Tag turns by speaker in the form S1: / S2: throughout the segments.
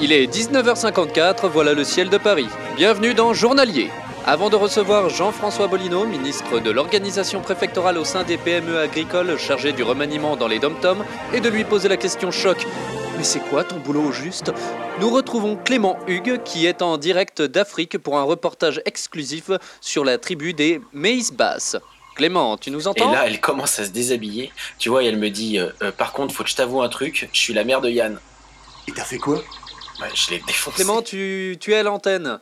S1: Il est 19h54, voilà le ciel de Paris. Bienvenue dans Journalier. Avant de recevoir Jean-François Bolino, ministre de l'organisation préfectorale au sein des PME agricoles chargé du remaniement dans les dom-toms, et de lui poser la question choc Mais c'est quoi ton boulot au juste Nous retrouvons Clément Hugues qui est en direct d'Afrique pour un reportage exclusif sur la tribu des Meis Basses. Clément, tu nous
S2: Et
S1: entends
S2: là, elle commence à se déshabiller. Tu vois, et elle me dit euh, euh, Par contre, faut que je t'avoue un truc, je suis la mère de Yann.
S3: Et t'as fait quoi
S2: Ouais, je l'ai défoncé.
S1: Clément, tu, tu es à l'antenne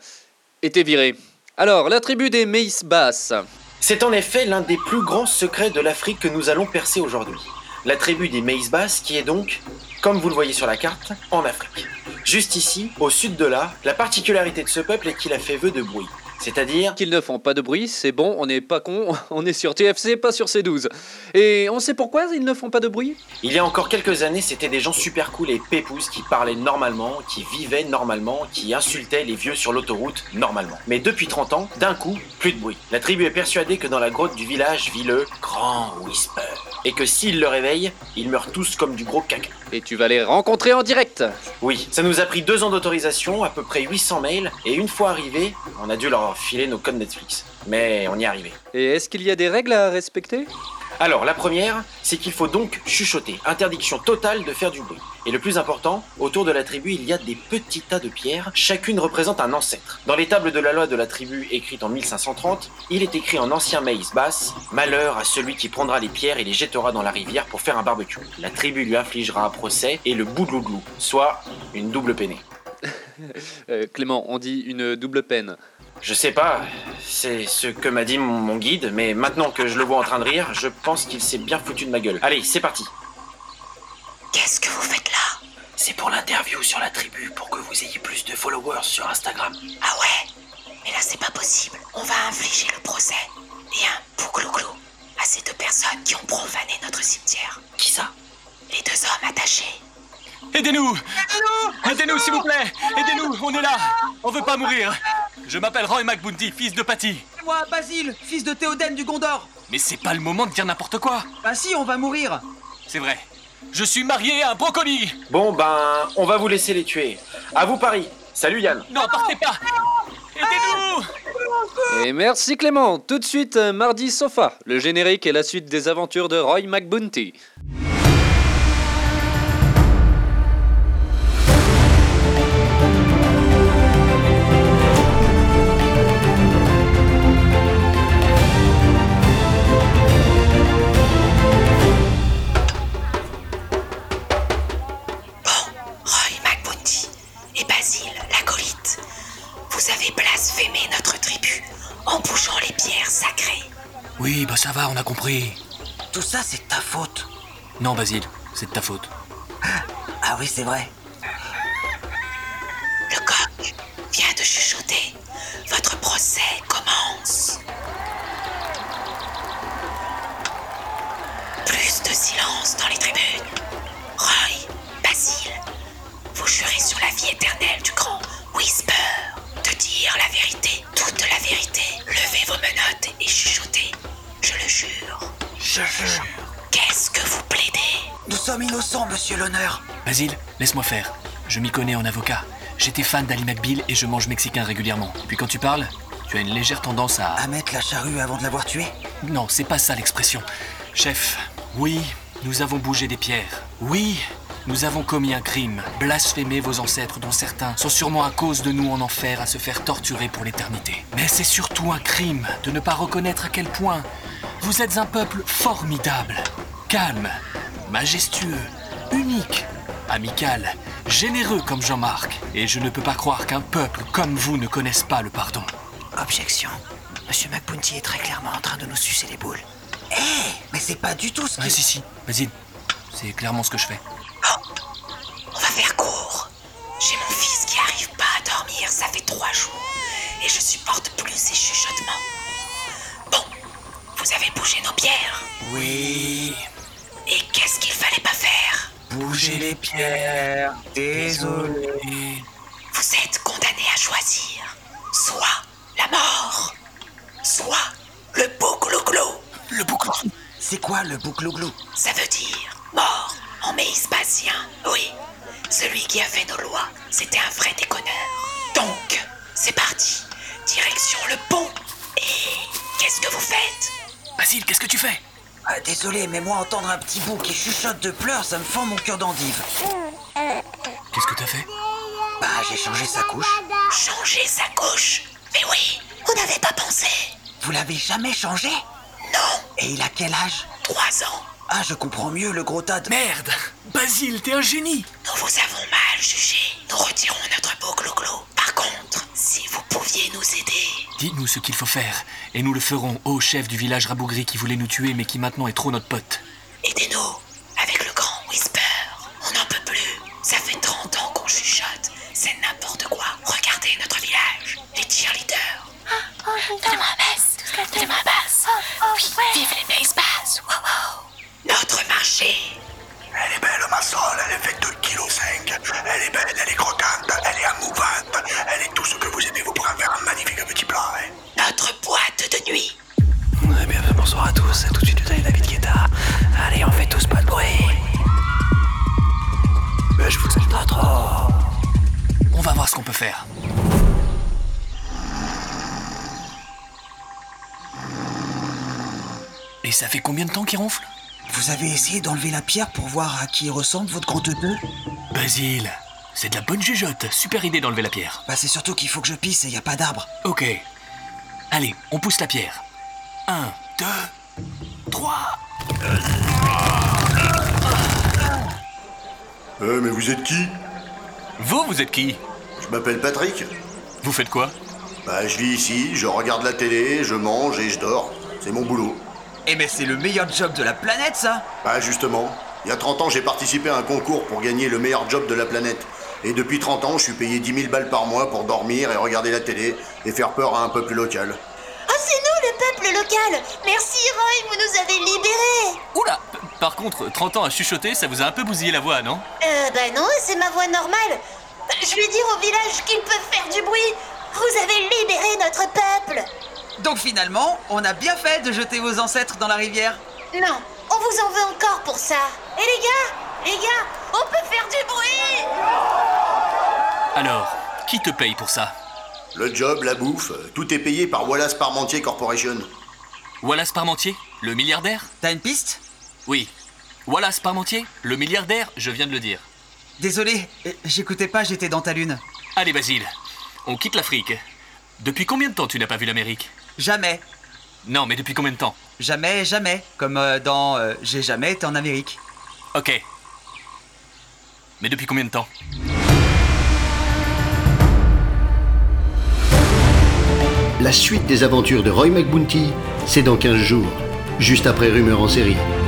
S1: et t'es viré. Alors, la tribu des Meis Basses.
S2: C'est en effet l'un des plus grands secrets de l'Afrique que nous allons percer aujourd'hui. La tribu des Meïs Basses, qui est donc, comme vous le voyez sur la carte, en Afrique. Juste ici, au sud de là, la particularité de ce peuple est qu'il a fait vœu de bruit. C'est-à-dire,
S1: qu'ils ne font pas de bruit, c'est bon, on n'est pas con, on est sur TFC, pas sur C12. Et on sait pourquoi ils ne font pas de bruit
S2: il y a encore quelques années, c'était des gens super cool et pépouses qui parlaient normalement, qui vivaient normalement, qui insultaient les vieux sur l'autoroute normalement. Mais depuis 30 ans, d'un coup, plus de bruit. La tribu est persuadée que dans la grotte du village vit le grand whisper. Et que s'il le réveille, ils meurent tous comme du gros caca.
S1: Et tu vas les rencontrer en direct
S2: Oui, ça nous a pris deux ans d'autorisation, à peu près 800 mails, et une fois arrivés, on a dû leur filer nos codes Netflix. Mais on y est arrivé.
S1: Et est-ce qu'il y a des règles à respecter
S2: Alors, la première, c'est qu'il faut donc chuchoter. Interdiction totale de faire du bruit. Et le plus important, autour de la tribu, il y a des petits tas de pierres. Chacune représente un ancêtre. Dans les tables de la loi de la tribu, écrite en 1530, il est écrit en ancien maïs basse Malheur à celui qui prendra les pierres et les jettera dans la rivière pour faire un barbecue. La tribu lui infligera un procès et le bouglouglou, soit une double peinée.
S1: Euh, Clément, on dit une double peine.
S2: Je sais pas, c'est ce que m'a dit mon, mon guide, mais maintenant que je le vois en train de rire, je pense qu'il s'est bien foutu de ma gueule. Allez, c'est parti.
S4: Qu'est-ce que vous faites là
S2: C'est pour l'interview sur la tribu, pour que vous ayez plus de followers sur Instagram.
S4: Ah ouais Mais là, c'est pas possible. On va infliger le procès et un bouclouclou à ces deux personnes qui ont profané notre cimetière.
S2: Qui ça
S4: Les deux hommes attachés.
S5: Aidez-nous Aidez-nous, s'il vous plaît Aidez-nous, on est là On veut pas mourir Je m'appelle Roy McBounty, fils de Patty.
S6: Moi, Basile, fils de Théoden du Gondor.
S5: Mais c'est pas le moment de dire n'importe quoi
S6: Bah si, on va mourir.
S5: C'est vrai. Je suis marié à un brocoli
S2: Bon ben, on va vous laisser les tuer. À vous Paris. Salut Yann.
S5: Non, partez pas Aidez-nous
S1: Et merci Clément, tout de suite euh, mardi sofa, le générique et la suite des aventures de Roy McBounty.
S4: Roy McBounty et Basile, l'acolyte. Vous avez blasphémé notre tribu en bougeant les pierres sacrées.
S5: Oui, bah ça va, on a compris.
S6: Tout ça, c'est de ta faute.
S5: Non, Basile, c'est de ta faute.
S6: Ah oui, c'est vrai.
S4: Le coq vient de chuchoter. Votre procès commence. Plus de silence dans les tribunes. Roy, Basile, vous jurez sur la vie éternelle du grand Whisper de dire la vérité, toute la vérité. Levez vos menottes et chuchotez. Je le jure.
S6: Je jure.
S4: Qu'est-ce que vous plaidez
S6: Nous sommes innocents, monsieur l'honneur.
S5: Basile, laisse-moi faire. Je m'y connais en avocat. J'étais fan d'Ali McBeal et je mange mexicain régulièrement. Et puis quand tu parles, tu as une légère tendance à...
S6: À mettre la charrue avant de l'avoir tué
S5: Non, c'est pas ça l'expression. Chef, oui, nous avons bougé des pierres. Oui, nous avons commis un crime, blasphémé vos ancêtres dont certains sont sûrement à cause de nous en enfer à se faire torturer pour l'éternité. Mais c'est surtout un crime de ne pas reconnaître à quel point vous êtes un peuple formidable, calme, majestueux, unique, amical, généreux comme Jean-Marc. Et je ne peux pas croire qu'un peuple comme vous ne connaisse pas le pardon.
S6: Objection. Monsieur McBounty est très clairement en train de nous sucer les boules. Hé Mais c'est pas du tout ce
S5: Ouais,
S6: qu'il...
S5: si, si, vas-y. C'est clairement ce que je fais.
S4: On va faire court. J'ai mon fils qui arrive pas à dormir, ça fait trois jours. Et je supporte plus ses chuchotements. Bon, vous avez bougé nos pierres.
S5: Oui.
S4: Et qu'est-ce qu'il fallait pas faire
S5: Bougez les
S6: pierres. Désolé.
S5: pieds.
S4: Vous êtes condamné à choisir. Soit la mort. Soit le bouclouclou.
S5: Le bouclou.
S6: C'est quoi le bouclouglou
S4: Ça veut dire mort en méispatien. Oui. Celui qui a fait nos lois, c'était un vrai déconneur. Donc, c'est parti. Direction le pont. Et qu'est-ce que vous faites
S5: Basile, qu'est-ce que tu fais
S6: Ah, désolé, mais moi, entendre un petit bout qui chuchote de pleurs, ça me fend mon cœur d'endive.
S5: Qu'est-ce que t'as fait
S6: Bah, j'ai changé sa couche.
S4: Changer sa couche Mais oui, vous n'avez pas pensé.
S6: Vous l'avez jamais changé
S4: Non,
S6: Et il a quel âge
S4: trois ans.
S6: Ah, je comprends mieux le gros tas de...
S5: Merde Basile, t'es un génie
S4: Nous vous avons mal jugé. Nous retirons notre beau glo Par contre, si vous pouviez nous aider,
S5: Dites-nous ce qu'il faut faire, et nous le ferons, ô chef du village rabougri qui voulait nous tuer mais qui maintenant est trop notre pote.
S4: aidez-nous avec le grand Whisper. On n'en peut plus. Ça fait 30 ans qu'on chuchote. C'est n'importe quoi. Regardez notre village. Les cheerleaders. Donnez-moi un basse. Donnez-moi un basse. Oui, vive les basses basses. Wow, wow. Notre marché.
S3: Elle est belle, ma soeur, elle fait 2,5 kg. Elle est belle, elle est croquante, elle est amouvante, elle est tout ce que vous aimez, vous pourrez en faire un magnifique petit plat. hein.
S4: Notre boîte de nuit.
S6: Eh bien, bonsoir à tous, tout de suite, le David Guetta. Allez, on fait tous pas de bruit. Mais je vous aime pas trop.
S5: On va voir ce qu'on peut faire. Et ça fait combien de temps qu'il ronfle
S6: Vous avez essayé d'enlever la pierre pour voir à qui il ressemble votre gros teuteux
S5: Basile, c'est de la bonne jugeote. Super idée d'enlever la pierre.
S6: Bah c'est surtout qu'il faut que je pisse et y a pas d'arbre.
S5: Ok. Allez, on pousse la pierre. Un, deux, trois.
S3: Euh, mais vous êtes qui
S5: Vous, vous êtes qui
S3: Je m'appelle Patrick.
S5: Vous faites quoi
S3: Bah, je vis ici, je regarde la télé, je mange et je dors. C'est mon boulot.
S6: Eh mais c'est le meilleur job de la planète ça
S3: Bah, justement, il y a 30 ans, j'ai participé à un concours pour gagner le meilleur job de la planète. Et depuis 30 ans, je suis payé 10 000 balles par mois pour dormir et regarder la télé et faire peur à un peuple local.
S7: Oh, c'est nous, le peuple local Merci, Roy, vous nous avez libérés
S5: Oula Par contre, 30 ans à chuchoter, ça vous a un peu bousillé la voix, non
S7: Euh, bah non, c'est ma voix normale Je vais dire au village qu'ils peuvent faire du bruit Vous avez libéré notre peuple
S8: Donc finalement, on a bien fait de jeter vos ancêtres dans la rivière.
S7: Non, on vous en veut encore pour ça Et les gars Les gars, on peut faire du bruit
S5: Alors, qui te paye pour ça
S3: Le job, la bouffe, tout est payé par Wallace Parmentier Corporation.
S5: Wallace Parmentier, le milliardaire
S8: T'as une piste
S5: Oui. Wallace Parmentier, le milliardaire, je viens de le dire.
S8: Désolé, euh, j'écoutais pas, j'étais dans ta lune.
S5: Allez, Basile, on quitte l'Afrique. Depuis combien de temps tu n'as pas vu l'Amérique
S8: Jamais,
S5: Non, mais depuis combien de temps
S8: jamais, jamais. Comme euh, dans euh, J'ai jamais été en Amérique.
S5: Ok. Mais depuis combien de temps
S9: La suite des aventures de Roy McBounty, c'est dans 15 jours, juste après Rumeur en série.